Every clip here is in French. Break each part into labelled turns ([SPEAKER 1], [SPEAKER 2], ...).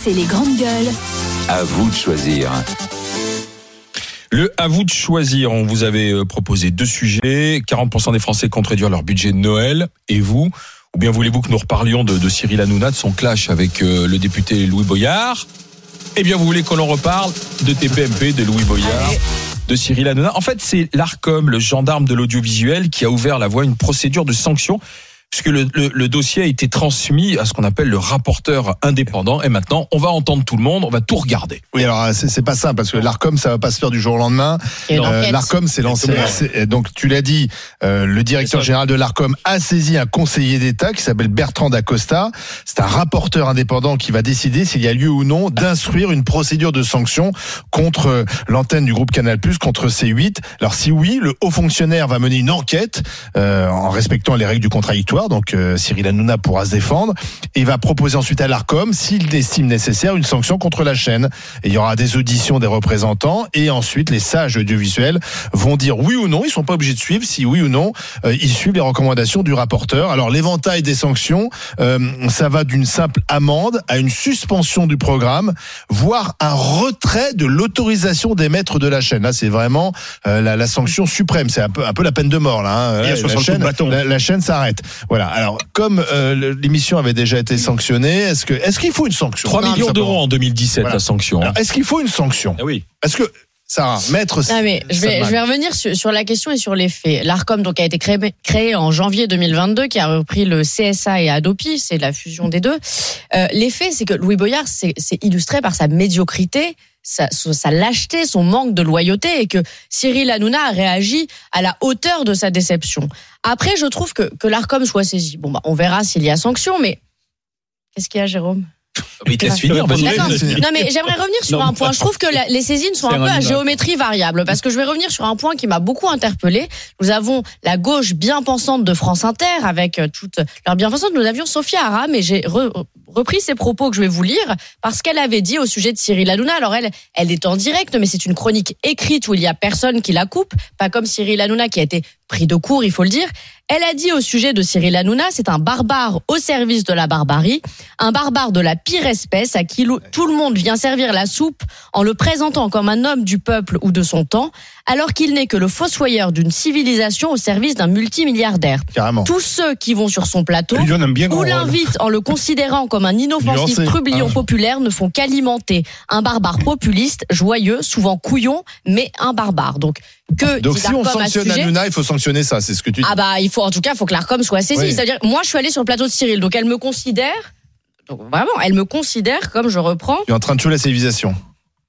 [SPEAKER 1] c'est les grandes gueules.
[SPEAKER 2] À vous de choisir.
[SPEAKER 3] Le à vous de choisir. On vous avait euh, proposé deux sujets. 40% des Français comptent réduire leur budget de Noël. Et vous Ou bien voulez-vous que nous reparlions de, de Cyril Hanouna, de son clash avec euh, le député Louis Boyard Eh bien, vous voulez qu'on en reparle de TPMP, de Louis Boyard de Cyril Hanouna. En fait, c'est l'ARCOM, le gendarme de l'audiovisuel, qui a ouvert la voie à une procédure de sanction, puisque le, le- le dossier a été transmis à ce qu'on appelle le rapporteur indépendant. Et maintenant, on va entendre tout le monde, on va tout regarder.
[SPEAKER 4] Oui, alors euh, c'est c'est pas simple parce que l'Arcom, ça va pas se faire du jour au lendemain.
[SPEAKER 5] Il y a une
[SPEAKER 4] Euh,
[SPEAKER 5] enquête.
[SPEAKER 4] L'Arcom s'est lancé. c'est- euh, Donc tu l'as dit, euh, le directeur général de l'Arcom a saisi un conseiller d'État qui s'appelle Bertrand Dacosta. C'est un rapporteur indépendant qui va décider s'il y a lieu ou non d'instruire une procédure de sanction contre euh, l'antenne du groupe Canal+ contre C8. Alors si oui, le haut fonctionnaire va mener une enquête euh, en respectant les règles du contradictoire. Donc euh, Cyril Hanouna pourra se défendre et va proposer ensuite à l'Arcom, s'il estime nécessaire, une sanction contre la chaîne. Et il y aura des auditions des représentants et ensuite les sages audiovisuels vont dire oui ou non. Ils sont pas obligés de suivre si oui ou non euh, ils suivent les recommandations du rapporteur. Alors l'éventail des sanctions, euh, ça va d'une simple amende à une suspension du programme, voire un retrait de l'autorisation des maîtres de la chaîne. Là, c'est vraiment euh, la, la sanction suprême. C'est un peu, un peu la peine de mort là. hein.
[SPEAKER 6] Et à
[SPEAKER 4] Là,
[SPEAKER 6] 60
[SPEAKER 4] la
[SPEAKER 6] coups de
[SPEAKER 4] chaîne,
[SPEAKER 6] bâton.
[SPEAKER 4] la- la chaîne s'arrête. Voilà. Alors comme euh, le- l'émission avait déjà été sanctionnée, est-ce que est-ce qu'il faut une sanction
[SPEAKER 3] 3
[SPEAKER 4] Non,
[SPEAKER 3] millions
[SPEAKER 4] ça
[SPEAKER 3] d'euros en 2017,
[SPEAKER 4] Voilà.
[SPEAKER 3] la sanction.
[SPEAKER 6] Hein
[SPEAKER 3] hein.
[SPEAKER 4] alors, est-ce qu'il faut une sanction
[SPEAKER 3] Ah oui.
[SPEAKER 4] Est-ce que, Sarah, mettre.
[SPEAKER 5] Non, mais je vais,
[SPEAKER 4] Salman-
[SPEAKER 5] je vais revenir sur, sur la question et sur les faits. L'ARCOM donc, a été créé, créé en janvier 2022, qui a repris le CSA et Adopi, c'est la fusion des deux. Euh, les faits, c'est que Louis Boyard s'est s'est illustré par sa médiocrité, sa, son- sa lâcheté, son manque de loyauté, et que Cyril Hanouna a réagi à la hauteur de sa déception. Après, je trouve que, que l'ARCOM soit saisi. Bon, bah, on verra s'il y a sanction, mais... Qu'est-ce qu'il y a, Jérôme
[SPEAKER 1] Ah
[SPEAKER 3] Mais il te laisse finir, vas-y.
[SPEAKER 5] D'accord. Non, mais j'aimerais revenir sur
[SPEAKER 6] Non,
[SPEAKER 5] un
[SPEAKER 6] mais-
[SPEAKER 5] point. Je trouve que la- les saisines sont
[SPEAKER 6] C'est
[SPEAKER 5] un peu
[SPEAKER 6] un
[SPEAKER 5] à
[SPEAKER 6] animal.
[SPEAKER 5] géométrie variable parce que je vais revenir sur un point qui m'a beaucoup interpellé. Nous avons la gauche bien pensante de France Inter avec euh, toute leur bien pensante. Nous avions Sophia Aram et j'ai re- repris ses propos que je vais vous lire parce qu'elle avait dit au sujet de Cyril Hanouna. Alors elle, elle est en direct, mais c'est une chronique écrite où il y a personne qui la coupe, pas comme Cyril Hanouna qui a été pris de court, il faut le dire. Elle a dit au sujet de Cyril Hanouna, c'est un barbare au service de la barbarie, un barbare de la pire espèce à qui lo- tout le monde vient servir la soupe en le présentant comme un homme du peuple ou de son temps, alors qu'il n'est que le fossoyeur d'une civilisation au service d'un multimilliardaire.
[SPEAKER 4] Carrément.
[SPEAKER 5] Tous ceux qui vont sur son plateau
[SPEAKER 6] Il donne un bien
[SPEAKER 5] ou
[SPEAKER 6] gros rôle.
[SPEAKER 5] l'invitent en le considérant comme un inoffensif
[SPEAKER 4] Nuancé.
[SPEAKER 5] trublion
[SPEAKER 4] Ah.
[SPEAKER 5] populaire ne font qu'alimenter un barbare populiste, joyeux, souvent couillon, mais un barbare. Donc, que
[SPEAKER 4] Donc
[SPEAKER 5] dit
[SPEAKER 4] si on
[SPEAKER 5] l'ARCOM à ce
[SPEAKER 4] sanctionne
[SPEAKER 5] sujet
[SPEAKER 4] Hanouna, il faut sanctionner ça, c'est ce que tu dis.
[SPEAKER 5] ah bah il faut en tout cas, il faut que l'Arcom soit saisie.
[SPEAKER 4] Oui.
[SPEAKER 5] C'est-à-dire, moi je suis allée sur le plateau de Cyril, donc elle me considère. Donc vraiment, elle me considère comme je reprends.
[SPEAKER 4] Tu es en train de tuer la civilisation.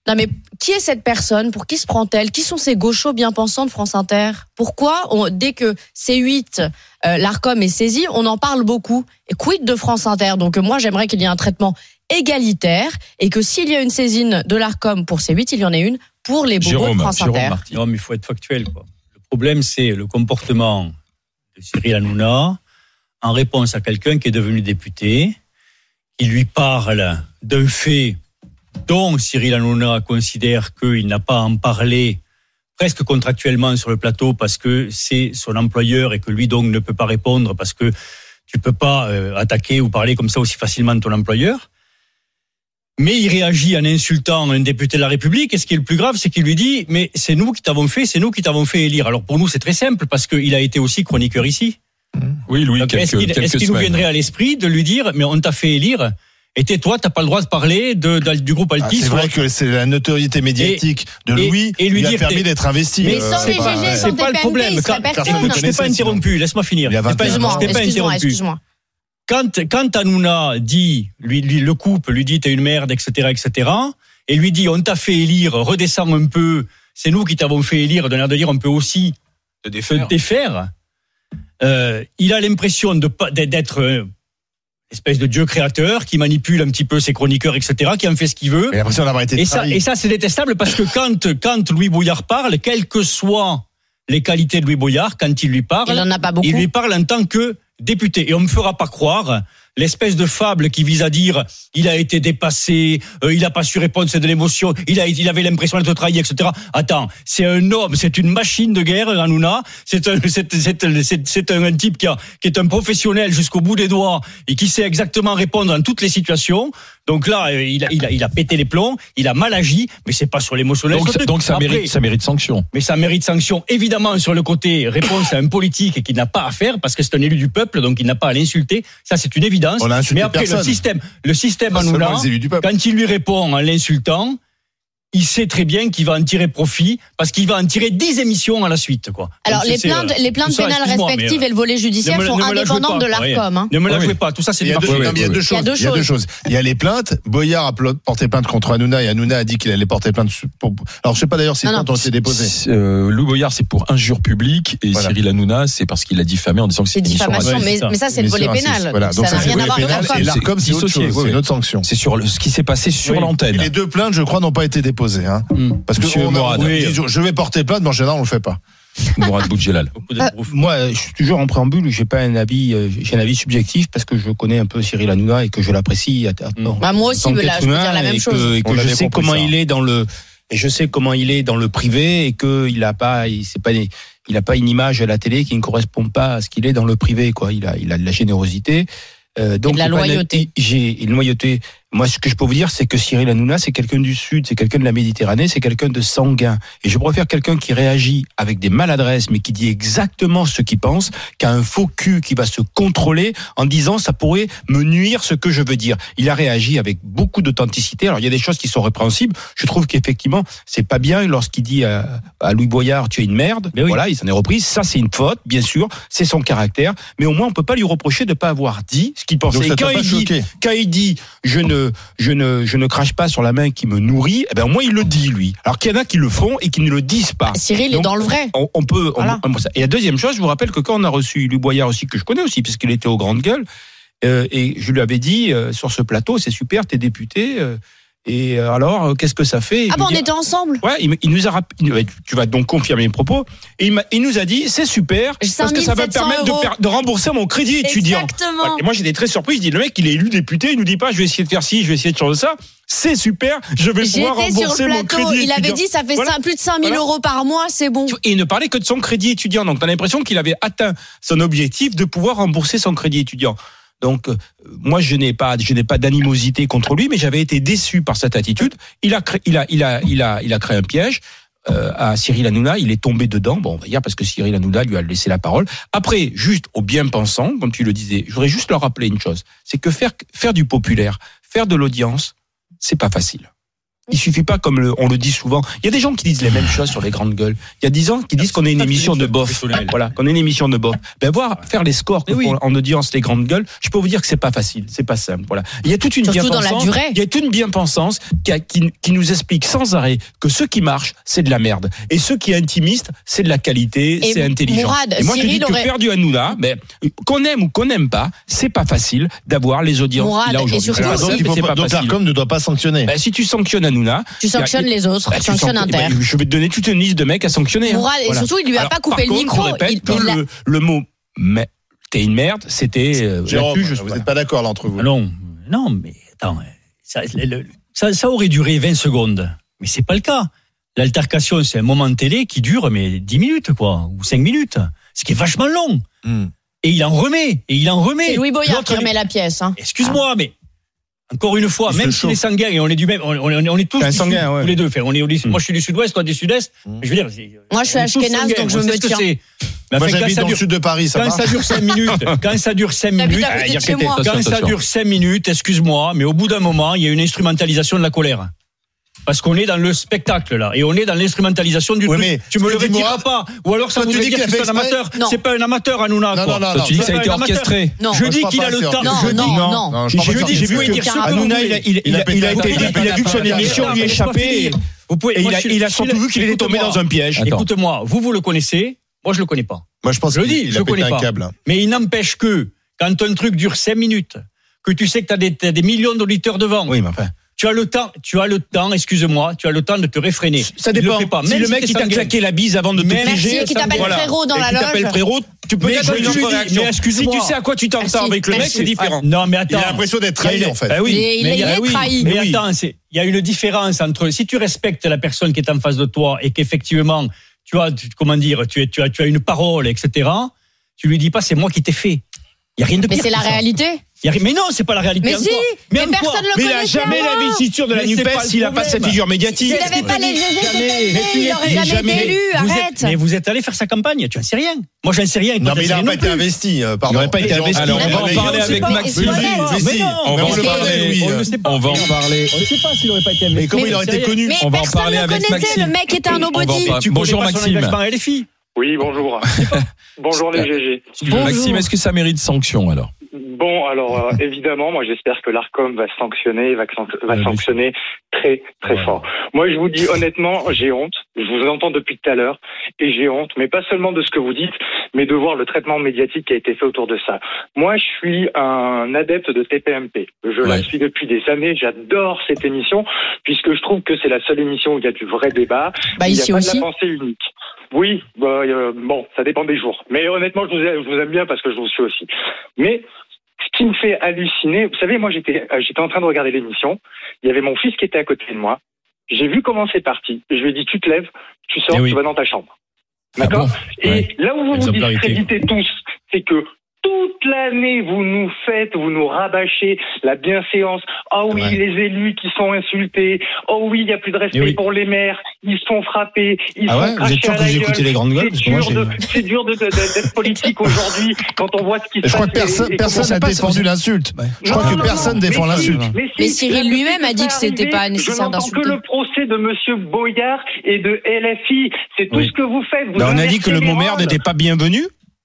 [SPEAKER 5] Non mais qui est cette personne Pour qui se prend-elle Qui sont ces gauchos bien pensants de France Inter Pourquoi on- dès que C8, euh, l'Arcom est saisi, on en parle beaucoup Et quid de France Inter Donc euh, moi j'aimerais qu'il y ait un traitement égalitaire et que s'il y a une saisine de l'Arcom pour C8, il y en ait une pour les bobos de
[SPEAKER 3] Jérôme,
[SPEAKER 5] France Inter.
[SPEAKER 3] Jérôme Marty.
[SPEAKER 6] Non, mais il faut être factuel. Quoi. Le problème, c'est le comportement de Cyril Hanouna en réponse à quelqu'un qui est devenu député, qui lui parle d'un fait dont Cyril Hanouna considère qu'il n'a pas à en parler presque contractuellement sur le plateau parce que c'est son employeur et que lui donc ne peut pas répondre parce que tu peux pas euh, attaquer ou parler comme ça aussi facilement de ton employeur. Mais il réagit en insultant un député de la République. Et ce qui est le plus grave, c'est qu'il lui dit Mais c'est nous qui t'avons fait, c'est nous qui t'avons fait élire. Alors pour nous, c'est très simple parce qu'il a été aussi chroniqueur ici.
[SPEAKER 3] Oui, Louis,
[SPEAKER 6] Donc,
[SPEAKER 3] quelques,
[SPEAKER 6] Est-ce qu'il
[SPEAKER 3] quelques
[SPEAKER 6] est-ce qu'il nous
[SPEAKER 3] semaines.
[SPEAKER 6] viendrait à l'esprit de lui dire Mais on t'a fait élire et tais-toi, t'as pas le droit de parler de, de- du groupe
[SPEAKER 4] Ah,
[SPEAKER 6] Altis
[SPEAKER 4] c'est vrai que c'est la notoriété médiatique de
[SPEAKER 6] et-
[SPEAKER 4] Louis
[SPEAKER 6] et lui
[SPEAKER 4] lui a
[SPEAKER 6] dire
[SPEAKER 4] permis
[SPEAKER 6] que-
[SPEAKER 4] d'être investi.
[SPEAKER 5] Mais sans
[SPEAKER 4] euh, c'est
[SPEAKER 5] les
[SPEAKER 4] pas-
[SPEAKER 5] GG,
[SPEAKER 4] ouais.
[SPEAKER 5] sans-
[SPEAKER 6] C'est pas le
[SPEAKER 5] TPMP, il
[SPEAKER 6] problème.
[SPEAKER 5] serait
[SPEAKER 6] Quand-
[SPEAKER 5] personne.
[SPEAKER 6] Écoute, je t'ai pas interrompu, laisse-moi finir.
[SPEAKER 4] Il y a
[SPEAKER 6] Je t'ai pas-
[SPEAKER 4] 21 ans.
[SPEAKER 6] je t'ai pas
[SPEAKER 5] Excuse-moi,
[SPEAKER 6] interrompu.
[SPEAKER 5] excuse-moi.
[SPEAKER 6] quand, quand Hanouna dit, lui, lui- le couple lui dit t'es une merde, etc., etc., et lui dit on t'a fait élire, redescends un peu, c'est nous qui t'avons fait élire, d'un air de dire on peut aussi
[SPEAKER 3] Te
[SPEAKER 6] te
[SPEAKER 3] défaire.
[SPEAKER 6] défaire, euh, il a l'impression de pas- d'être- d'être euh, espèce de dieu créateur qui manipule un petit peu ses chroniqueurs, etc., qui en fait ce qu'il veut.
[SPEAKER 4] J'ai l'impression d'avoir été
[SPEAKER 6] Et ça,
[SPEAKER 4] trahi.
[SPEAKER 6] et ça c'est détestable parce que quand, quand Louis Bouillard parle, quelles que soient les qualités de Louis Bouillard, quand il lui parle,
[SPEAKER 5] Il en a pas beaucoup.
[SPEAKER 6] il lui parle en tant que député. Et on ne me fera pas croire l'espèce de fable qui vise à dire il a été dépassé, euh, il n'a pas su répondre, c'est de l'émotion, il, a, il avait l'impression d'être trahi, etc. Attends, c'est un homme, c'est une machine de guerre, Hanouna, c'est un, c'est, c'est- c'est- c'est un, un type qui, a- qui est un professionnel jusqu'au bout des doigts et qui sait exactement répondre dans toutes les situations. Donc là, euh, il a, il a, il a pété les plombs, il a mal agi, mais c'est pas sur l'émotionnel.
[SPEAKER 3] Donc,
[SPEAKER 6] sur
[SPEAKER 3] ça-
[SPEAKER 6] le
[SPEAKER 3] donc
[SPEAKER 6] truc.
[SPEAKER 3] ça,
[SPEAKER 6] Après,
[SPEAKER 3] mérite, ça mérite sanction.
[SPEAKER 6] mais ça mérite sanction, évidemment, sur le côté réponse à un politique qui n'a pas à faire, parce que c'est un élu du peuple, donc il n'a pas à l'insulter. Ça, c'est une évidence.
[SPEAKER 4] On a insulté
[SPEAKER 6] Mais après, le
[SPEAKER 4] personne.
[SPEAKER 6] système, le système
[SPEAKER 4] Pas seulement
[SPEAKER 6] Hanouna,
[SPEAKER 4] les élus du peuple.
[SPEAKER 6] quand il lui répond en l'insultant, il sait très bien qu'il va en tirer profit, parce qu'il va en tirer 10 émissions à la suite, quoi.
[SPEAKER 5] Alors,
[SPEAKER 6] Donc,
[SPEAKER 5] les
[SPEAKER 6] c'est-
[SPEAKER 5] plaintes,
[SPEAKER 6] euh,
[SPEAKER 5] les plaintes
[SPEAKER 6] tout ça,
[SPEAKER 5] pénales
[SPEAKER 6] excuse-moi, mais,
[SPEAKER 5] respectives
[SPEAKER 6] euh,
[SPEAKER 5] et le volet judiciaire
[SPEAKER 6] ne me la-
[SPEAKER 5] sont
[SPEAKER 6] ne me la jouez
[SPEAKER 5] indépendantes
[SPEAKER 6] pas,
[SPEAKER 5] de
[SPEAKER 6] oui.
[SPEAKER 5] l'ARCOM. hein.
[SPEAKER 6] Ne me la
[SPEAKER 3] Ah oui.
[SPEAKER 6] jouez pas, tout ça, c'est
[SPEAKER 4] Il y,
[SPEAKER 6] des
[SPEAKER 4] a deux,
[SPEAKER 6] marques-
[SPEAKER 3] oui,
[SPEAKER 4] non, mais il y a
[SPEAKER 3] oui,
[SPEAKER 4] deux
[SPEAKER 3] oui.
[SPEAKER 5] Il y a
[SPEAKER 4] choses.
[SPEAKER 5] deux
[SPEAKER 4] Il y a deux
[SPEAKER 5] choses.
[SPEAKER 4] choses. Il y a les plaintes. Boyard a pl- porté plainte contre Hanouna et Hanouna a dit qu'il allait porter plainte su- pour. Alors je sais pas d'ailleurs si les
[SPEAKER 5] Non, non.
[SPEAKER 4] plaintes ont été déposées.
[SPEAKER 3] Euh, Lou Boyard, c'est pour injure publique et
[SPEAKER 4] Voilà.
[SPEAKER 3] Cyril Hanouna, c'est parce qu'il a diffamé en disant que
[SPEAKER 5] C'est
[SPEAKER 3] c'est une émission
[SPEAKER 5] diffamation,
[SPEAKER 6] ouais,
[SPEAKER 5] mais,
[SPEAKER 6] c'est ça.
[SPEAKER 5] mais ça, c'est le
[SPEAKER 4] Mais
[SPEAKER 5] volet
[SPEAKER 4] sur un six-
[SPEAKER 5] pénal.
[SPEAKER 4] Voilà. Donc ça,
[SPEAKER 5] ça n'a
[SPEAKER 4] c'est
[SPEAKER 5] rien
[SPEAKER 4] le
[SPEAKER 5] à voir
[SPEAKER 4] volet
[SPEAKER 5] avec
[SPEAKER 4] pénal.
[SPEAKER 5] l'ARCOM.
[SPEAKER 4] Et l'ARCOM, c'est autre
[SPEAKER 3] Dissocié,
[SPEAKER 4] chose.
[SPEAKER 3] oui,
[SPEAKER 4] C'est
[SPEAKER 3] oui.
[SPEAKER 4] une autre sanction.
[SPEAKER 3] C'est sur le- ce qui s'est passé sur
[SPEAKER 6] Oui.
[SPEAKER 4] Et
[SPEAKER 3] l'antenne.
[SPEAKER 4] les deux plaintes, je crois, n'ont pas été déposées. Hein.
[SPEAKER 6] Hmm.
[SPEAKER 4] Parce que
[SPEAKER 3] Monsieur
[SPEAKER 4] on a-
[SPEAKER 3] Morad.
[SPEAKER 4] on dit, je vais porter plainte, mais en général, on le fait pas.
[SPEAKER 3] Mourad Boudjelal.
[SPEAKER 6] Beaucoup de
[SPEAKER 1] Ah,
[SPEAKER 6] brouhaha.
[SPEAKER 1] Moi, je suis toujours en préambule, j'ai pas un avis, euh, j'ai un avis subjectif parce que je connais un peu Cyril Hanouna et que je l'apprécie à, à tort.
[SPEAKER 5] Bah, moi
[SPEAKER 1] En
[SPEAKER 5] aussi,
[SPEAKER 1] tant
[SPEAKER 5] mais là,
[SPEAKER 1] qu'être
[SPEAKER 5] je peux
[SPEAKER 1] humain
[SPEAKER 5] dire la
[SPEAKER 1] et
[SPEAKER 5] même
[SPEAKER 1] que-
[SPEAKER 5] chose.
[SPEAKER 1] et que
[SPEAKER 4] On
[SPEAKER 1] je
[SPEAKER 4] l'avait
[SPEAKER 1] sais
[SPEAKER 4] compris,
[SPEAKER 1] comment
[SPEAKER 4] ça.
[SPEAKER 1] il est dans le et je sais comment il est dans le privé et que il a pas il c'est pas des- il a pas une image à la télé qui ne correspond pas à ce qu'il est dans le privé quoi. Il a il a de la générosité. Euh, donc
[SPEAKER 5] de la
[SPEAKER 1] j'ai pas
[SPEAKER 5] loyauté.
[SPEAKER 1] un- J'ai une loyauté. Moi, ce que je peux vous dire, c'est que Cyril Hanouna, c'est quelqu'un du Sud, c'est quelqu'un de la Méditerranée, c'est quelqu'un de sanguin. Et je préfère quelqu'un qui réagit avec des maladresses, mais qui dit exactement ce qu'il pense, qu'à un faux cul qui va se contrôler en disant ça pourrait me nuire ce que je veux dire. Il a réagi avec beaucoup d'authenticité. Alors il y a des choses qui sont répréhensibles. Je trouve qu'effectivement c'est pas bien lorsqu'il dit à, à Louis Boyard tu es une merde.
[SPEAKER 6] Mais oui.
[SPEAKER 1] Voilà, il s'en est repris. Ça c'est une faute, bien sûr, c'est son caractère. Mais au moins on peut pas lui reprocher de pas avoir dit ce qu'il pensait.
[SPEAKER 4] Donc
[SPEAKER 1] Et
[SPEAKER 4] ça
[SPEAKER 1] quand
[SPEAKER 4] t'a pas
[SPEAKER 1] il dit-
[SPEAKER 4] choqué.
[SPEAKER 1] quand il dit je ne je ne je ne crache pas sur la main qui me nourrit, eh ben au moins il le dit lui. Alors qu'il y en a qui le font et qui ne le disent pas.
[SPEAKER 5] Cyril est
[SPEAKER 1] Donc,
[SPEAKER 5] dans le vrai.
[SPEAKER 1] On, on peut. on-
[SPEAKER 5] Voilà.
[SPEAKER 1] on- ça. et la deuxième chose, je vous rappelle que quand on a reçu Louis Boyard aussi que je connais aussi puisqu'il était aux grandes gueules euh, et je lui avais dit euh, sur ce plateau c'est super t'es député euh, et euh, alors euh, qu'est-ce que ça fait Il
[SPEAKER 5] Ah
[SPEAKER 1] me
[SPEAKER 5] bah, on
[SPEAKER 1] dit,
[SPEAKER 5] était ensemble.
[SPEAKER 1] Ouais, il, me- il nous a rapp- il- ouais, tu- tu vas donc confirmer mes propos. Et il, m'a- il nous a dit c'est super
[SPEAKER 5] J'ai
[SPEAKER 1] parce que ça va me
[SPEAKER 5] 5700
[SPEAKER 1] permettre de,
[SPEAKER 5] euros.
[SPEAKER 1] per- de rembourser mon crédit étudiant.
[SPEAKER 5] Exactement.
[SPEAKER 1] Voilà. Et moi j'étais très surpris. Je dis le mec il est élu député, il nous dit pas je vais essayer de faire ci, je vais essayer de changer ça. C'est super, je vais
[SPEAKER 5] J'étais
[SPEAKER 1] pouvoir
[SPEAKER 5] sur
[SPEAKER 1] rembourser
[SPEAKER 5] le
[SPEAKER 1] mon
[SPEAKER 5] plateau.
[SPEAKER 1] crédit
[SPEAKER 5] Il avait
[SPEAKER 1] étudiant.
[SPEAKER 5] dit, ça fait
[SPEAKER 1] Voilà.
[SPEAKER 5] cin- plus de 5000
[SPEAKER 1] Voilà.
[SPEAKER 5] euros par mois, c'est bon.
[SPEAKER 1] Et il ne parlait que de son crédit étudiant. Donc, on a l'impression qu'il avait atteint son objectif de pouvoir rembourser son crédit étudiant. Donc, euh, moi, je n'ai pas, je n'ai pas d'animosité contre lui, mais j'avais été déçu par cette attitude. Il a, cré- il a, il a, il a, il a créé un piège. euh, à Cyril Hanouna, il est tombé dedans, bon, on va dire parce que Cyril Hanouna lui a laissé la parole. Après, juste aux bien-pensants, comme tu le disais, je voudrais juste leur rappeler une chose, c'est que faire faire du populaire, faire de l'audience, c'est pas facile. Il suffit pas comme le, on le dit souvent. Il y a des gens qui disent les mêmes choses sur les grandes gueules. Il y a dix ans qui disent qu'on est une émission de bof. Voilà, qu'on est une émission de bof. Ben voir faire les scores que
[SPEAKER 6] Mais oui.
[SPEAKER 1] font en audience les grandes gueules, je peux vous dire que c'est pas facile, c'est pas simple. Voilà. Il y a toute une
[SPEAKER 5] Surtout dans la
[SPEAKER 1] bien-pensance-
[SPEAKER 5] durée.
[SPEAKER 1] Il y a toute une bien-pensance qui, a- qui, qui nous explique sans arrêt que ceux qui marchent, c'est de la merde, et ceux qui est intimiste, c'est de la qualité,
[SPEAKER 5] Et
[SPEAKER 1] c'est intelligent.
[SPEAKER 5] Mourad,
[SPEAKER 1] et moi je
[SPEAKER 5] Cyril
[SPEAKER 1] dis que
[SPEAKER 5] aurait-
[SPEAKER 1] faire du Hanouna, ben, qu'on aime ou qu'on n'aime pas, c'est pas facile d'avoir les audiences
[SPEAKER 5] Mourad,
[SPEAKER 1] qu'il a
[SPEAKER 5] et
[SPEAKER 1] aujourd'hui.
[SPEAKER 5] surtout- euh,
[SPEAKER 1] Voilà,
[SPEAKER 5] Donc,
[SPEAKER 1] c'est
[SPEAKER 4] il faut
[SPEAKER 1] pas
[SPEAKER 4] pas- Donc
[SPEAKER 1] facile.
[SPEAKER 4] l'ARCOM ne doit pas sanctionner.
[SPEAKER 1] Ben, si tu sanctionnes Hanouna,
[SPEAKER 5] Tu sanctionnes
[SPEAKER 1] il y a-
[SPEAKER 5] les autres,
[SPEAKER 1] bah,
[SPEAKER 5] tu
[SPEAKER 1] tu
[SPEAKER 5] sanctionnes
[SPEAKER 1] sanctionnes-
[SPEAKER 5] Inter.
[SPEAKER 1] bah, je vais te donner toute une liste de mecs à sanctionner. hein.
[SPEAKER 5] Moral, et
[SPEAKER 1] Voilà.
[SPEAKER 5] surtout, il lui a
[SPEAKER 1] Alors,
[SPEAKER 5] pas coupé
[SPEAKER 1] par
[SPEAKER 5] le
[SPEAKER 1] contre,
[SPEAKER 5] micro.
[SPEAKER 1] Je répète
[SPEAKER 5] Il-
[SPEAKER 1] que
[SPEAKER 5] il l'a-
[SPEAKER 1] le, le mot mais, t'es une merde, c'était. euh,
[SPEAKER 4] Jérôme,
[SPEAKER 1] là-dessus, je-
[SPEAKER 4] vous
[SPEAKER 1] voilà.
[SPEAKER 4] n'êtes pas d'accord là entre vous.
[SPEAKER 6] Non, non, mais attends, hein. ça, le- le- ça- ça aurait duré 20 secondes, mais c'est pas le cas. L'altercation, c'est un moment de télé qui dure mais 10 minutes quoi, ou 5 minutes, ce qui est vachement long.
[SPEAKER 4] Hmm.
[SPEAKER 6] Et il en remet, et il en
[SPEAKER 5] C'est
[SPEAKER 6] remet.
[SPEAKER 5] Louis Boyard
[SPEAKER 6] L'autre,
[SPEAKER 5] qui
[SPEAKER 6] il-
[SPEAKER 5] remet la pièce. hein.
[SPEAKER 6] Excuse-moi, mais encore une fois,
[SPEAKER 4] Il se
[SPEAKER 6] même si
[SPEAKER 4] chauffe.
[SPEAKER 6] les sanguins et on est du même, on, on- on est tous
[SPEAKER 1] T'es un
[SPEAKER 6] du
[SPEAKER 1] sanguin,
[SPEAKER 6] sud,
[SPEAKER 1] ouais.
[SPEAKER 6] tous les deux. Enfin, on est, on
[SPEAKER 4] Hmm.
[SPEAKER 6] est-
[SPEAKER 3] Mm.
[SPEAKER 6] moi je suis du Sud-Ouest, toi du Sud-Est.
[SPEAKER 4] Mm.
[SPEAKER 6] Je veux dire, c'est-
[SPEAKER 5] Moi, je suis
[SPEAKER 6] on est tous
[SPEAKER 5] ashkénaze,
[SPEAKER 6] sanguins,
[SPEAKER 5] donc je
[SPEAKER 6] on
[SPEAKER 5] me
[SPEAKER 6] sait ce que
[SPEAKER 5] tiens.
[SPEAKER 6] c'est. Mais
[SPEAKER 4] Moi
[SPEAKER 6] enfin, quand
[SPEAKER 4] j'habite
[SPEAKER 6] ça
[SPEAKER 4] dans le
[SPEAKER 6] dure-
[SPEAKER 4] sud de Paris, ça
[SPEAKER 6] quand
[SPEAKER 4] marche.
[SPEAKER 6] ça dure 5 minutes, quand ça dure 5
[SPEAKER 5] T'habites
[SPEAKER 6] minutes,
[SPEAKER 5] à côté
[SPEAKER 6] ah,
[SPEAKER 5] de
[SPEAKER 6] il y
[SPEAKER 5] chez
[SPEAKER 6] a
[SPEAKER 5] moi.
[SPEAKER 6] quand ça
[SPEAKER 3] Attention.
[SPEAKER 6] dure 5 minutes, excuse-moi, mais au bout d'un moment, il y a une instrumentalisation de la colère. Parce qu'on est dans le spectacle là, et on est dans l'instrumentalisation du
[SPEAKER 4] Oui,
[SPEAKER 6] truc.
[SPEAKER 4] mais ce
[SPEAKER 6] tu me
[SPEAKER 4] que
[SPEAKER 6] le
[SPEAKER 4] dit
[SPEAKER 6] retireras pas. Ou alors ça
[SPEAKER 4] Toi, tu
[SPEAKER 6] voudrait
[SPEAKER 4] dis
[SPEAKER 6] dire
[SPEAKER 4] qu'il
[SPEAKER 6] que
[SPEAKER 4] a fait
[SPEAKER 6] c'est un
[SPEAKER 4] exprès
[SPEAKER 6] amateur.
[SPEAKER 5] Non.
[SPEAKER 6] C'est pas un amateur, Hanouna.
[SPEAKER 4] Non, non, non,
[SPEAKER 6] quoi.
[SPEAKER 3] Toi,
[SPEAKER 4] non.
[SPEAKER 3] tu dis que ça a été
[SPEAKER 6] Non, mais-
[SPEAKER 3] orchestré.
[SPEAKER 5] Non.
[SPEAKER 6] Je
[SPEAKER 4] je
[SPEAKER 6] dis
[SPEAKER 4] crois
[SPEAKER 6] qu'il
[SPEAKER 4] pas
[SPEAKER 6] a
[SPEAKER 4] que
[SPEAKER 6] le
[SPEAKER 4] c'est
[SPEAKER 6] talent.
[SPEAKER 5] orchestré.
[SPEAKER 6] Je
[SPEAKER 5] Non,
[SPEAKER 6] dis-
[SPEAKER 5] non, non.
[SPEAKER 4] Non, je
[SPEAKER 1] J'ai
[SPEAKER 4] crois pas
[SPEAKER 1] vu,
[SPEAKER 4] que ça
[SPEAKER 1] j'ai
[SPEAKER 4] soit
[SPEAKER 1] vu,
[SPEAKER 5] Oui,
[SPEAKER 1] il,
[SPEAKER 5] Dirk
[SPEAKER 1] a-
[SPEAKER 5] Hanouna,
[SPEAKER 1] Hanouna, il a, il,
[SPEAKER 4] Il
[SPEAKER 1] il
[SPEAKER 4] a
[SPEAKER 1] a,
[SPEAKER 4] pété
[SPEAKER 1] il a
[SPEAKER 4] un
[SPEAKER 1] été
[SPEAKER 4] câble.
[SPEAKER 1] élu, il a
[SPEAKER 4] Attends,
[SPEAKER 1] touché
[SPEAKER 4] attends,
[SPEAKER 1] une émission,
[SPEAKER 4] attends,
[SPEAKER 1] lui a échappé.
[SPEAKER 6] Vous pouvez.
[SPEAKER 1] Et
[SPEAKER 6] moi,
[SPEAKER 1] il a,
[SPEAKER 6] je-
[SPEAKER 1] il a
[SPEAKER 6] je-
[SPEAKER 1] surtout vu qu'il était tombé
[SPEAKER 6] écoute-moi.
[SPEAKER 1] dans un piège.
[SPEAKER 3] Attends.
[SPEAKER 6] Écoute-moi, vous, vous le connaissez, moi, je le connais pas.
[SPEAKER 4] Moi je pense
[SPEAKER 6] Je le
[SPEAKER 4] qu'il
[SPEAKER 6] dis,
[SPEAKER 4] il
[SPEAKER 6] je
[SPEAKER 4] a
[SPEAKER 6] le
[SPEAKER 4] pété
[SPEAKER 6] connais
[SPEAKER 4] un
[SPEAKER 6] pas.
[SPEAKER 4] câble.
[SPEAKER 6] Mais il n'empêche que, quand un truc dure 5 minutes, que tu sais que tu as, des t'as des millions d'auditeurs devant,
[SPEAKER 1] Oui, mais enfin.
[SPEAKER 6] tu tu as le temps, tu as le temps, excuse-moi, tu as le temps de te réfréner.
[SPEAKER 1] Ça
[SPEAKER 6] Il
[SPEAKER 1] dépend.
[SPEAKER 6] le fait pas.
[SPEAKER 1] si
[SPEAKER 6] Même
[SPEAKER 1] le
[SPEAKER 6] si
[SPEAKER 1] mec
[SPEAKER 6] t'es
[SPEAKER 1] qui t'a
[SPEAKER 6] sanguin.
[SPEAKER 1] claqué la bise avant de te
[SPEAKER 6] Même
[SPEAKER 1] piger,
[SPEAKER 5] si qui t'appelle
[SPEAKER 1] voilà.
[SPEAKER 5] frérot dans
[SPEAKER 1] Et
[SPEAKER 5] la
[SPEAKER 1] qui t'appelle
[SPEAKER 5] loge.
[SPEAKER 1] frérot, tu peux
[SPEAKER 6] Mais
[SPEAKER 1] être
[SPEAKER 6] je lui dis, mais
[SPEAKER 1] Si
[SPEAKER 6] excuse-moi.
[SPEAKER 1] tu sais à quoi tu t'en
[SPEAKER 5] Merci,
[SPEAKER 1] ressors avec le mec,
[SPEAKER 5] merci. Ah,
[SPEAKER 1] c'est différent.
[SPEAKER 6] Non, mais
[SPEAKER 4] Il
[SPEAKER 6] attends.
[SPEAKER 4] a l'impression d'être trahi, en fait.
[SPEAKER 6] Bah oui.
[SPEAKER 5] Mais il
[SPEAKER 6] Mais
[SPEAKER 5] est- il
[SPEAKER 6] bah
[SPEAKER 5] est
[SPEAKER 6] oui.
[SPEAKER 5] trahi.
[SPEAKER 6] Mais
[SPEAKER 1] Mais Eh oui.
[SPEAKER 6] attends, c'est- il y a une différence entre si tu respectes la personne qui est en face de toi et qu'effectivement, tu as, tu- comment dire, tu, es- tu as, tu as une parole, etc. Tu lui dis pas, c'est moi qui t'ai fait. Il y a rien de
[SPEAKER 5] Mais
[SPEAKER 6] pire
[SPEAKER 5] c'est
[SPEAKER 6] que
[SPEAKER 5] la
[SPEAKER 6] ça.
[SPEAKER 5] réalité.
[SPEAKER 6] Il y a ri- mais non, c'est pas la réalité.
[SPEAKER 5] Mais
[SPEAKER 6] encore.
[SPEAKER 5] si, mais
[SPEAKER 6] encore.
[SPEAKER 5] personne le
[SPEAKER 1] Mais il a
[SPEAKER 5] connaissait
[SPEAKER 1] jamais la
[SPEAKER 5] avant.
[SPEAKER 1] vestiture de la
[SPEAKER 6] Mais c'est pas
[SPEAKER 1] NUPES
[SPEAKER 6] le
[SPEAKER 1] s'il a pas
[SPEAKER 6] problème.
[SPEAKER 1] cette figure médiatique.
[SPEAKER 5] S'il n'avait pas les GGT, il n'aurait
[SPEAKER 1] il
[SPEAKER 5] jamais,
[SPEAKER 1] est jamais-
[SPEAKER 5] été élu.
[SPEAKER 6] Vous êtes-
[SPEAKER 5] Arrête.
[SPEAKER 6] mais vous êtes allé faire sa campagne, tu n'en sais rien. Moi, j'en sais rien. et toi,
[SPEAKER 4] Non,
[SPEAKER 6] t'en
[SPEAKER 4] mais il
[SPEAKER 6] sais
[SPEAKER 4] n'a
[SPEAKER 6] rien
[SPEAKER 4] pas
[SPEAKER 6] non
[SPEAKER 4] été
[SPEAKER 6] plus.
[SPEAKER 4] investi, euh, pardon.
[SPEAKER 1] Il n'aurait pas été
[SPEAKER 4] Alors,
[SPEAKER 1] investi.
[SPEAKER 3] Alors, on va en
[SPEAKER 4] réveillé,
[SPEAKER 3] parler
[SPEAKER 4] on sait
[SPEAKER 3] avec
[SPEAKER 4] pas.
[SPEAKER 3] Max
[SPEAKER 4] Mais si,
[SPEAKER 5] Soyez honnête.
[SPEAKER 4] mais
[SPEAKER 3] Mais
[SPEAKER 4] si.
[SPEAKER 3] non, on va
[SPEAKER 4] Mais
[SPEAKER 3] en
[SPEAKER 4] on le
[SPEAKER 3] parler.
[SPEAKER 4] connaît, lui.
[SPEAKER 3] On
[SPEAKER 1] euh,
[SPEAKER 3] le sait pas. On va en parler.
[SPEAKER 6] On ne sait pas s'il n'aurait pas été investi.
[SPEAKER 4] Mais comment il aurait été
[SPEAKER 6] sérieux.
[SPEAKER 4] connu
[SPEAKER 5] Mais
[SPEAKER 3] On va en
[SPEAKER 5] personne
[SPEAKER 3] parler
[SPEAKER 5] ne
[SPEAKER 3] avec
[SPEAKER 5] connaissait,
[SPEAKER 3] Maxime.
[SPEAKER 5] le mec était un
[SPEAKER 3] On va en
[SPEAKER 5] nobody.
[SPEAKER 1] Ah,
[SPEAKER 3] parler.
[SPEAKER 6] Tu
[SPEAKER 3] Bonjour
[SPEAKER 6] connais pas son
[SPEAKER 3] Maxime.
[SPEAKER 6] engagement à LFI.
[SPEAKER 7] Oui, bonjour. bonjour les GG.
[SPEAKER 5] Bonjour.
[SPEAKER 3] Maxime, est-ce que ça mérite sanction alors
[SPEAKER 7] Bon, alors euh, évidemment, moi j'espère que l'ARCOM va sanctionner, va, san- va
[SPEAKER 3] Ah oui.
[SPEAKER 7] sanctionner très très fort. Moi je vous dis honnêtement, j'ai honte. Je vous entends depuis tout à l'heure et j'ai honte, mais pas seulement de ce que vous dites, mais de voir le traitement médiatique qui a été fait autour de ça. Moi je suis un adepte de TPMP. Je la
[SPEAKER 3] Ouais.
[SPEAKER 7] suis depuis des années. J'adore cette émission puisque je trouve que c'est la seule émission où il y a du vrai débat.
[SPEAKER 5] Bah
[SPEAKER 7] Il n'y a
[SPEAKER 5] ici
[SPEAKER 7] pas de
[SPEAKER 5] aussi.
[SPEAKER 7] la pensée unique. Oui, bah, euh, bon, ça dépend des jours. Mais honnêtement, je vous, aime, je vous aime bien parce que je vous suis aussi. Mais ce qui me fait halluciner, vous savez, moi j'étais euh, j'étais en train de regarder l'émission. Il y avait mon fils qui était à côté de moi. J'ai vu comment c'est parti. Je lui ai dit, tu te lèves, tu sors,
[SPEAKER 6] Eh oui. Ah
[SPEAKER 7] tu vas dans ta chambre. D'accord Et
[SPEAKER 3] Ouais.
[SPEAKER 7] là où vous vous
[SPEAKER 6] Exemplarité.
[SPEAKER 7] discréditez tous, c'est que toute l'année, vous nous faites, vous nous rabâchez la bienséance. Ah oui,
[SPEAKER 6] Ouais.
[SPEAKER 7] les élus qui sont insultés. Oh oui, il n'y a plus de respect
[SPEAKER 6] Eh oui.
[SPEAKER 7] pour les maires. Ils sont frappés. Ils
[SPEAKER 1] Ah ouais
[SPEAKER 7] sont
[SPEAKER 1] Vous
[SPEAKER 7] crachés
[SPEAKER 1] êtes sûr
[SPEAKER 7] à
[SPEAKER 1] que
[SPEAKER 7] la
[SPEAKER 1] vous écoutez
[SPEAKER 7] gueule.
[SPEAKER 1] les grandes gueules Parce que
[SPEAKER 7] C'est
[SPEAKER 1] moi,
[SPEAKER 7] dur, de- c'est dur de- de- de- d'être politique aujourd'hui quand on voit ce qui se
[SPEAKER 4] Je crois
[SPEAKER 7] passe.
[SPEAKER 4] que personne
[SPEAKER 7] et- et
[SPEAKER 4] personne
[SPEAKER 7] comment-
[SPEAKER 4] n'a défendu l'insulte. Je
[SPEAKER 7] Non,
[SPEAKER 4] crois que
[SPEAKER 7] non,
[SPEAKER 4] personne
[SPEAKER 7] non,
[SPEAKER 4] défend
[SPEAKER 7] mais si,
[SPEAKER 4] l'insulte.
[SPEAKER 5] Mais Cyril lui-même a dit que c'était pas
[SPEAKER 7] arrivé.
[SPEAKER 5] nécessaire
[SPEAKER 7] Je n'entends
[SPEAKER 5] d'insulter.
[SPEAKER 7] que le procès de Monsieur Boyard et de LFI. C'est tout
[SPEAKER 6] Oui.
[SPEAKER 7] ce que vous faites. Vous
[SPEAKER 1] Ben, on a
[SPEAKER 7] inversez
[SPEAKER 1] dit que le
[SPEAKER 7] les
[SPEAKER 1] mot merde
[SPEAKER 7] rôles.
[SPEAKER 1] n'était pas bienvenu.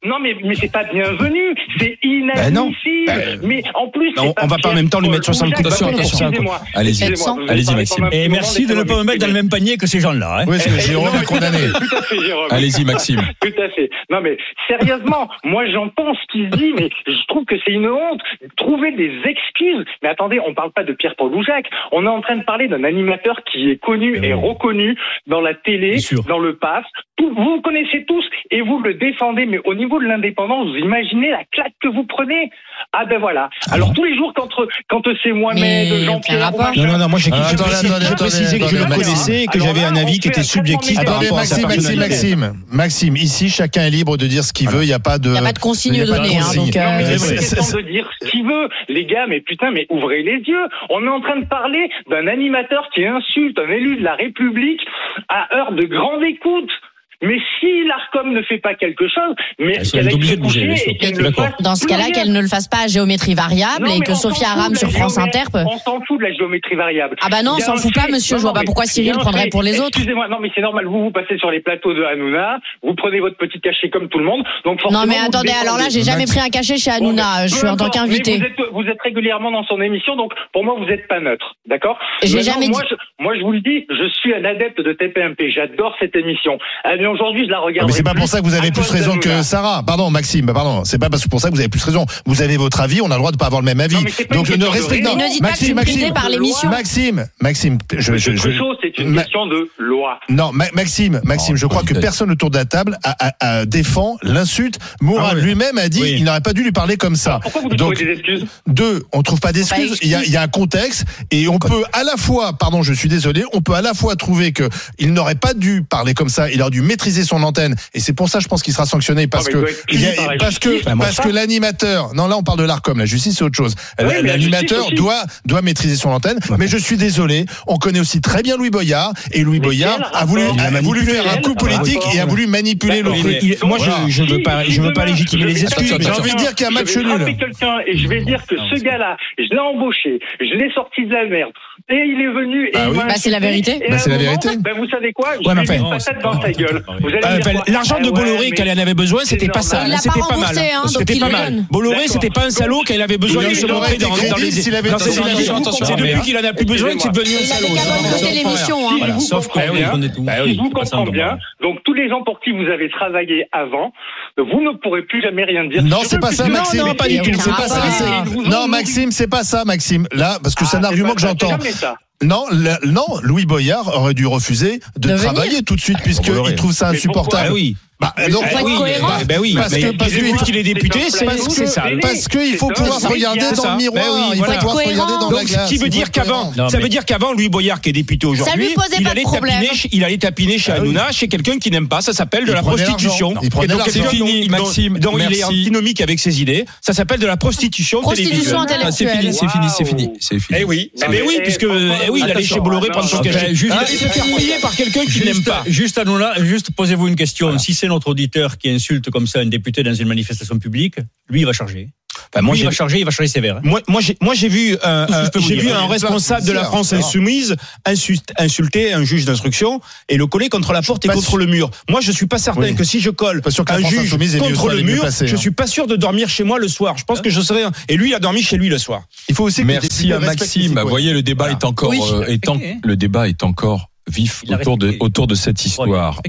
[SPEAKER 7] Non, mais, mais c'est pas bienvenu, c'est
[SPEAKER 1] Ben non.
[SPEAKER 7] inadmissible. mais en plus,
[SPEAKER 1] Ben, on-
[SPEAKER 7] c'est pas
[SPEAKER 1] on va pas en
[SPEAKER 7] Pierre
[SPEAKER 1] même temps lui mettre
[SPEAKER 7] Paul
[SPEAKER 1] 60 coups
[SPEAKER 3] de
[SPEAKER 7] Jacques,
[SPEAKER 3] bâton pour ça, quoi.
[SPEAKER 7] Excusez-moi.
[SPEAKER 3] Allez-y.
[SPEAKER 7] Excusez-moi, vous
[SPEAKER 3] Allez-y,
[SPEAKER 7] parlez
[SPEAKER 3] Maxime.
[SPEAKER 7] pendant un petit
[SPEAKER 6] Et merci
[SPEAKER 7] moment,
[SPEAKER 6] de ne pas me mettre dans le
[SPEAKER 7] laissez-moi
[SPEAKER 6] même panier que ces gens-là. hein.
[SPEAKER 4] Oui, ce que
[SPEAKER 7] Eh,
[SPEAKER 4] Jérôme
[SPEAKER 7] eh,
[SPEAKER 4] a condamné.
[SPEAKER 7] Tout à fait, Jérôme.
[SPEAKER 3] Allez-y Maxime.
[SPEAKER 7] Tout à fait. Non, mais sérieusement, moi j'en pense qu'il se dit, mais je trouve que c'est une honte. Trouver des excuses. Mais attendez, on parle pas de Pierre-Paul Loujac. On est en train de parler d'un animateur qui est connu
[SPEAKER 6] Mais
[SPEAKER 7] et
[SPEAKER 6] oui.
[SPEAKER 7] reconnu dans la télé,
[SPEAKER 6] Bien sûr.
[SPEAKER 7] dans le PAF. Tout- Vous le connaissez tous et vous le défendez. Mais au niveau de l'indépendance, vous imaginez la claque que vous prenez Ah ben voilà. Alors tous les jours, quand, quand c'est Mohamed,
[SPEAKER 5] Mais aucun
[SPEAKER 7] Jean-Pierre,
[SPEAKER 5] rapport.
[SPEAKER 7] ou
[SPEAKER 1] Non, non, non, moi j'ai
[SPEAKER 4] Ah,
[SPEAKER 1] j'ai
[SPEAKER 4] attendez,
[SPEAKER 1] précisé-
[SPEAKER 4] attendez,
[SPEAKER 1] j'ai précisé que je
[SPEAKER 4] attendez,
[SPEAKER 1] le
[SPEAKER 4] attendez,
[SPEAKER 1] connaissais et que
[SPEAKER 7] alors
[SPEAKER 1] j'avais
[SPEAKER 7] là,
[SPEAKER 1] un
[SPEAKER 7] on
[SPEAKER 1] avis qui
[SPEAKER 7] fait
[SPEAKER 1] était
[SPEAKER 7] un
[SPEAKER 1] subjectif
[SPEAKER 6] eh,
[SPEAKER 7] traitement
[SPEAKER 1] par
[SPEAKER 4] Attendez,
[SPEAKER 1] rapport à sa
[SPEAKER 4] Maxime, Maxime,
[SPEAKER 1] personnalité.
[SPEAKER 4] Maxime, Maxime, ici, chacun est libre de dire ce qu'il veut, il n'y a pas de.
[SPEAKER 5] Il n'y a pas de
[SPEAKER 4] il y
[SPEAKER 5] consigne
[SPEAKER 4] a pas de
[SPEAKER 5] donnée. hein,
[SPEAKER 4] consigne.
[SPEAKER 5] donc,
[SPEAKER 7] Non,
[SPEAKER 5] euh,
[SPEAKER 7] mais
[SPEAKER 4] Ouais,
[SPEAKER 7] c'est
[SPEAKER 4] ouais.
[SPEAKER 7] le temps de dire ce qu'il veut. Les gars, mais putain, mais ouvrez les yeux. On est en train de parler d'un animateur qui insulte un élu de la République à heure de grande écoute. Mais si l'ARCOM ne fait pas quelque chose, mais
[SPEAKER 6] Elles sont
[SPEAKER 7] qu'elle aille
[SPEAKER 6] obligées
[SPEAKER 7] se
[SPEAKER 6] de bouger,
[SPEAKER 7] coucher
[SPEAKER 6] bien sûr.
[SPEAKER 7] et qu'elle
[SPEAKER 6] Je
[SPEAKER 7] ne
[SPEAKER 6] suis
[SPEAKER 7] le
[SPEAKER 6] d'accord.
[SPEAKER 7] fasse
[SPEAKER 5] Dans ce
[SPEAKER 7] plus
[SPEAKER 5] cas-là,
[SPEAKER 7] rien.
[SPEAKER 5] qu'elle ne le fasse pas à géométrie variable
[SPEAKER 7] Non,
[SPEAKER 5] et
[SPEAKER 7] mais
[SPEAKER 5] que
[SPEAKER 7] on s'en
[SPEAKER 5] Sophie
[SPEAKER 7] fout
[SPEAKER 5] Aram
[SPEAKER 7] de
[SPEAKER 5] sur
[SPEAKER 7] la
[SPEAKER 5] France
[SPEAKER 7] géomé-
[SPEAKER 5] Inter peut.
[SPEAKER 7] On s'en fout de la géométrie variable.
[SPEAKER 5] Ah bah non,
[SPEAKER 7] Il y
[SPEAKER 5] on
[SPEAKER 7] a
[SPEAKER 5] s'en
[SPEAKER 7] un
[SPEAKER 5] fout pas,
[SPEAKER 7] fait-
[SPEAKER 5] monsieur.
[SPEAKER 7] Non,
[SPEAKER 5] Je vois
[SPEAKER 7] non,
[SPEAKER 5] pas
[SPEAKER 7] mais
[SPEAKER 5] pourquoi
[SPEAKER 7] il y a
[SPEAKER 5] Cyril
[SPEAKER 7] un
[SPEAKER 5] prendrait
[SPEAKER 7] fait.
[SPEAKER 5] pour les autres.
[SPEAKER 7] Excusez-moi, non mais c'est normal, vous vous passez sur les plateaux de Hanouna, vous prenez votre petit cachet comme tout le monde, donc forcément...
[SPEAKER 5] Non mais
[SPEAKER 7] vous
[SPEAKER 5] attendez,
[SPEAKER 7] défendez.
[SPEAKER 5] alors là, j'ai jamais pris un cachet chez Hanouna.
[SPEAKER 7] Ouais,
[SPEAKER 5] Je
[SPEAKER 7] mais-
[SPEAKER 5] suis
[SPEAKER 7] peu
[SPEAKER 5] en tant
[SPEAKER 7] importe, mais
[SPEAKER 5] qu'invité.
[SPEAKER 7] Vous êtes, vous êtes régulièrement dans son émission, donc pour moi, vous n'êtes pas neutre. D'accord
[SPEAKER 5] J'ai
[SPEAKER 7] Maintenant,
[SPEAKER 5] jamais
[SPEAKER 7] moi, Je, moi, je vous le dis, je suis un adepte de TPMP. J'adore cette émission. Eh bien, aujourd'hui, je la
[SPEAKER 4] Ah,
[SPEAKER 7] regarde.
[SPEAKER 4] Mais c'est pas pour ça que vous avez plus raison que Sarah. Pardon, Maxime, bah, pardon. C'est pas parce que pour ça que vous avez plus raison. Vous avez votre avis, on a le droit de pas avoir le même avis.
[SPEAKER 7] Non, mais c'est pas
[SPEAKER 4] Donc
[SPEAKER 7] une
[SPEAKER 4] ne
[SPEAKER 7] question de
[SPEAKER 4] respectons.
[SPEAKER 7] raison.
[SPEAKER 5] Mais ne dites pas que je suis
[SPEAKER 4] Maxime,
[SPEAKER 5] bridée
[SPEAKER 4] Maxime,
[SPEAKER 5] par l'émission.
[SPEAKER 4] Maxime, Maxime, je, je, je-
[SPEAKER 7] c'est une
[SPEAKER 4] Ma-
[SPEAKER 7] question de loi.
[SPEAKER 4] Non, Ma- Maxime, Maxime,
[SPEAKER 3] Oh,
[SPEAKER 4] je crois que
[SPEAKER 3] politesse.
[SPEAKER 4] personne autour de la table a, a- a défend l'insulte.
[SPEAKER 1] Ah
[SPEAKER 4] Mourad
[SPEAKER 1] ouais.
[SPEAKER 4] lui-même a dit
[SPEAKER 1] Oui.
[SPEAKER 4] il n'aurait pas dû lui parler comme ça.
[SPEAKER 7] Pourquoi vous
[SPEAKER 4] Donc,
[SPEAKER 7] trouvez des excuses
[SPEAKER 4] Deux, on trouve pas d'excuses. Il y, a, il y a un contexte et on peut à la fois, pardon, je suis désolé, on peut à la fois trouver que il n'aurait pas dû parler comme ça. Il aurait dû maîtriser son antenne et c'est pour ça, je pense qu'il sera sanctionné parce
[SPEAKER 7] Ah, mais il
[SPEAKER 4] que
[SPEAKER 7] doit être puni
[SPEAKER 4] il y a-
[SPEAKER 7] par la
[SPEAKER 4] parce que
[SPEAKER 7] justice, par
[SPEAKER 4] parce que l'animateur. Non, là, on parle de l'Arcom. La justice, c'est autre chose.
[SPEAKER 7] Oui, mais la justice
[SPEAKER 4] L'animateur
[SPEAKER 7] aussi.
[SPEAKER 4] doit doit maîtriser son antenne. Mais je suis désolé, on connaît aussi très bien Louis Boyard et Louis
[SPEAKER 7] Mais
[SPEAKER 4] Boyard
[SPEAKER 7] quel
[SPEAKER 4] a voulu
[SPEAKER 7] rapport
[SPEAKER 4] a voulu faire un
[SPEAKER 7] Quel
[SPEAKER 4] coup politique
[SPEAKER 7] rapport
[SPEAKER 4] et a voulu manipuler le
[SPEAKER 7] D'accord.
[SPEAKER 4] truc.
[SPEAKER 1] Mais il- Moi,
[SPEAKER 4] Voilà.
[SPEAKER 1] je, je veux pas, je veux pas légitimer les excuses.
[SPEAKER 3] Attends,
[SPEAKER 4] J'ai
[SPEAKER 3] attends,
[SPEAKER 4] envie de dire qu'il y a un match
[SPEAKER 7] Je vais frapper
[SPEAKER 4] nul.
[SPEAKER 7] quelqu'un et je vais dire que ce gars-là, je l'ai embauché, je l'ai sorti de la merde, et il est venu et
[SPEAKER 4] Bah
[SPEAKER 7] il
[SPEAKER 4] oui.
[SPEAKER 7] m'a
[SPEAKER 5] Bah, c'est la
[SPEAKER 7] insulté,
[SPEAKER 5] vérité.
[SPEAKER 7] et
[SPEAKER 4] Bah,
[SPEAKER 7] à
[SPEAKER 4] c'est la
[SPEAKER 7] un moment,
[SPEAKER 4] vérité.
[SPEAKER 7] bah, vous savez quoi Je
[SPEAKER 1] Ouais, mais
[SPEAKER 7] lui ai mis
[SPEAKER 1] enfin,
[SPEAKER 7] une
[SPEAKER 1] non,
[SPEAKER 7] patate dans sa gueule. Vous allez
[SPEAKER 1] Euh,
[SPEAKER 7] me dire
[SPEAKER 1] enfin,
[SPEAKER 7] quoi
[SPEAKER 1] L'argent
[SPEAKER 7] Ah
[SPEAKER 1] de
[SPEAKER 7] ouais,
[SPEAKER 1] Bolloré,
[SPEAKER 7] mais-
[SPEAKER 1] quand il en avait besoin, c'était pas
[SPEAKER 7] normal.
[SPEAKER 1] ça,
[SPEAKER 7] Il l'a
[SPEAKER 1] c'était
[SPEAKER 5] pas
[SPEAKER 1] pas mal.
[SPEAKER 5] remboursé, hein, donc
[SPEAKER 1] C'était
[SPEAKER 5] il
[SPEAKER 1] pas
[SPEAKER 5] le
[SPEAKER 1] mal.
[SPEAKER 5] donne.
[SPEAKER 1] Bolloré,
[SPEAKER 7] D'accord.
[SPEAKER 1] c'était pas un salaud quand il avait besoin
[SPEAKER 4] Il
[SPEAKER 1] de se
[SPEAKER 4] aurait
[SPEAKER 1] montrer
[SPEAKER 4] été
[SPEAKER 1] dans, dans
[SPEAKER 4] crédible
[SPEAKER 1] les
[SPEAKER 4] s'il avait
[SPEAKER 1] dans
[SPEAKER 4] été
[SPEAKER 1] ses
[SPEAKER 4] salaud.
[SPEAKER 1] émissions.
[SPEAKER 3] Attention,
[SPEAKER 1] C'est
[SPEAKER 3] mais-
[SPEAKER 1] depuis qu'il en a plus besoin que c'est devenu un
[SPEAKER 5] Il
[SPEAKER 1] salaud.
[SPEAKER 5] avait qu'à
[SPEAKER 1] ça.
[SPEAKER 5] boycotter l'émission. hein.
[SPEAKER 7] Voilà.
[SPEAKER 6] Voilà,
[SPEAKER 7] vous
[SPEAKER 6] Sauf qu'on
[SPEAKER 7] comprenez bien.
[SPEAKER 6] est tout.
[SPEAKER 7] Si je vous
[SPEAKER 6] Ah Pas ça,
[SPEAKER 7] comprends
[SPEAKER 6] on
[SPEAKER 7] bien, donc tous les gens pour qui vous avez travaillé avant, vous ne pourrez plus jamais rien dire.
[SPEAKER 4] Non,
[SPEAKER 7] Je
[SPEAKER 4] c'est
[SPEAKER 7] veux
[SPEAKER 4] pas
[SPEAKER 7] plus
[SPEAKER 4] ça,
[SPEAKER 7] que-
[SPEAKER 4] Maxime. Eh,
[SPEAKER 5] non, pas du
[SPEAKER 4] C'est
[SPEAKER 5] tout.
[SPEAKER 4] pas ça,
[SPEAKER 5] Ah,
[SPEAKER 4] c'est-
[SPEAKER 5] bah.
[SPEAKER 4] eh, Non, Maxime, c'est pas ça, Maxime. Là, parce que c'est
[SPEAKER 7] Ah,
[SPEAKER 4] un
[SPEAKER 7] c'est
[SPEAKER 4] argument
[SPEAKER 7] pas
[SPEAKER 4] que
[SPEAKER 7] ça,
[SPEAKER 4] j'entends.
[SPEAKER 7] c'est jamais ça.
[SPEAKER 4] Non, la- non, Louis Boyard aurait dû refuser de,
[SPEAKER 5] De venir.
[SPEAKER 4] travailler tout de suite
[SPEAKER 1] l'aurez.
[SPEAKER 4] puisqu'il trouve ça
[SPEAKER 7] Mais pourquoi
[SPEAKER 1] Ah
[SPEAKER 4] insupportable.
[SPEAKER 1] oui. Ah
[SPEAKER 4] Bah, donc,
[SPEAKER 5] Faut être
[SPEAKER 1] oui,
[SPEAKER 5] cohérent.
[SPEAKER 3] bah,
[SPEAKER 1] mais- ben oui,
[SPEAKER 4] Parce
[SPEAKER 1] mais
[SPEAKER 4] que-
[SPEAKER 1] il-
[SPEAKER 4] parce
[SPEAKER 1] il-
[SPEAKER 4] que-
[SPEAKER 1] vu qu'il est député, c'est
[SPEAKER 4] parce
[SPEAKER 1] c'est
[SPEAKER 4] que-
[SPEAKER 1] ça.
[SPEAKER 7] mais-
[SPEAKER 4] parce qu'il faut
[SPEAKER 7] C'est
[SPEAKER 4] pouvoir se
[SPEAKER 7] ça.
[SPEAKER 4] regarder dans
[SPEAKER 1] Ça.
[SPEAKER 4] le miroir,
[SPEAKER 1] Ben oui,
[SPEAKER 4] il faut
[SPEAKER 1] voilà.
[SPEAKER 4] pouvoir se
[SPEAKER 5] Cohérent.
[SPEAKER 4] regarder dans la
[SPEAKER 1] Donc,
[SPEAKER 4] glace.
[SPEAKER 1] ce qui veut
[SPEAKER 4] il faut
[SPEAKER 1] dire
[SPEAKER 4] être
[SPEAKER 1] qu'avant,
[SPEAKER 4] cohérent.
[SPEAKER 6] Non,
[SPEAKER 1] ça
[SPEAKER 6] mais-
[SPEAKER 1] veut dire qu'avant, Louis Boyard, qui est député aujourd'hui,
[SPEAKER 5] posait pas
[SPEAKER 1] il
[SPEAKER 5] de
[SPEAKER 1] allait
[SPEAKER 5] problème.
[SPEAKER 1] tapiner, chez- il allait tapiner chez
[SPEAKER 4] Ah oui.
[SPEAKER 1] Hanouna, chez quelqu'un qui n'aime pas. Ça s'appelle de
[SPEAKER 4] Il
[SPEAKER 1] la
[SPEAKER 4] prenait
[SPEAKER 1] prostitution.
[SPEAKER 4] l'argent. Il prenait
[SPEAKER 1] Et donc,
[SPEAKER 4] l'argent.
[SPEAKER 1] quelqu'un
[SPEAKER 3] C'est fini,
[SPEAKER 1] dont-
[SPEAKER 3] Maxime.
[SPEAKER 1] dont il est
[SPEAKER 3] Merci.
[SPEAKER 1] antinomique avec ses idées. Ça s'appelle de la prostitution
[SPEAKER 5] Prostitution
[SPEAKER 1] télévisuelle.
[SPEAKER 3] Ah, c'est fini,
[SPEAKER 5] intellectuelle.
[SPEAKER 3] c'est fini, c'est
[SPEAKER 7] Waouh.
[SPEAKER 3] fini, c'est fini.
[SPEAKER 1] Eh oui,
[SPEAKER 7] Non,
[SPEAKER 1] mais
[SPEAKER 7] mais-
[SPEAKER 1] oui, puisque eh oui, il allait
[SPEAKER 7] Attention.
[SPEAKER 1] chez Bolloré
[SPEAKER 7] Ah,
[SPEAKER 1] prendre son
[SPEAKER 7] non,
[SPEAKER 1] cachet.
[SPEAKER 3] ben, juste-
[SPEAKER 1] Il allait se faire piller par quelqu'un qu'il n'aime
[SPEAKER 6] Juste,
[SPEAKER 1] pas.
[SPEAKER 6] juste à nous là, juste posez-vous une question. Si c'est notre auditeur qui insulte comme ça un député dans une manifestation publique, lui, il va charger.
[SPEAKER 1] Bah, moi,
[SPEAKER 6] lui, il
[SPEAKER 1] j'ai-
[SPEAKER 6] va charger, il va charger sévère. hein.
[SPEAKER 1] Moi, moi, j'ai, moi, j'ai vu, euh,
[SPEAKER 6] Tout ce que je peux
[SPEAKER 1] euh,
[SPEAKER 6] vous
[SPEAKER 1] j'ai
[SPEAKER 6] dire.
[SPEAKER 1] vu
[SPEAKER 6] Il y a
[SPEAKER 1] un
[SPEAKER 4] plein de
[SPEAKER 1] responsable de la
[SPEAKER 4] plusieurs,
[SPEAKER 1] France
[SPEAKER 4] alors.
[SPEAKER 1] insoumise insu- insulter un juge d'instruction et le coller contre la porte et
[SPEAKER 4] pas
[SPEAKER 1] contre
[SPEAKER 4] sûr.
[SPEAKER 1] le mur. Moi, je suis pas certain
[SPEAKER 4] Oui.
[SPEAKER 1] que si je colle
[SPEAKER 4] Pas sûr que la
[SPEAKER 1] un
[SPEAKER 4] France
[SPEAKER 1] juge
[SPEAKER 4] insoumise ait mieux-
[SPEAKER 1] contre
[SPEAKER 4] soit
[SPEAKER 1] le
[SPEAKER 4] les mieux
[SPEAKER 1] mur,
[SPEAKER 4] placés,
[SPEAKER 1] je
[SPEAKER 4] hein.
[SPEAKER 1] suis pas sûr de dormir chez moi le soir. Je pense que je serai. un- Et lui, il a dormi chez lui le soir.
[SPEAKER 4] Il faut aussi que les
[SPEAKER 3] Merci
[SPEAKER 4] députés
[SPEAKER 3] à
[SPEAKER 4] respectent les
[SPEAKER 3] Maxime. bah,
[SPEAKER 4] citoyens.
[SPEAKER 3] Vous voyez, le débat
[SPEAKER 4] Voilà.
[SPEAKER 3] est encore,
[SPEAKER 6] Oui, il a
[SPEAKER 3] euh, est en-
[SPEAKER 6] respecté, hein.
[SPEAKER 3] le débat est encore vif
[SPEAKER 6] Il a
[SPEAKER 3] autour de,
[SPEAKER 6] respecté.
[SPEAKER 3] autour de cette
[SPEAKER 6] Il a
[SPEAKER 3] histoire.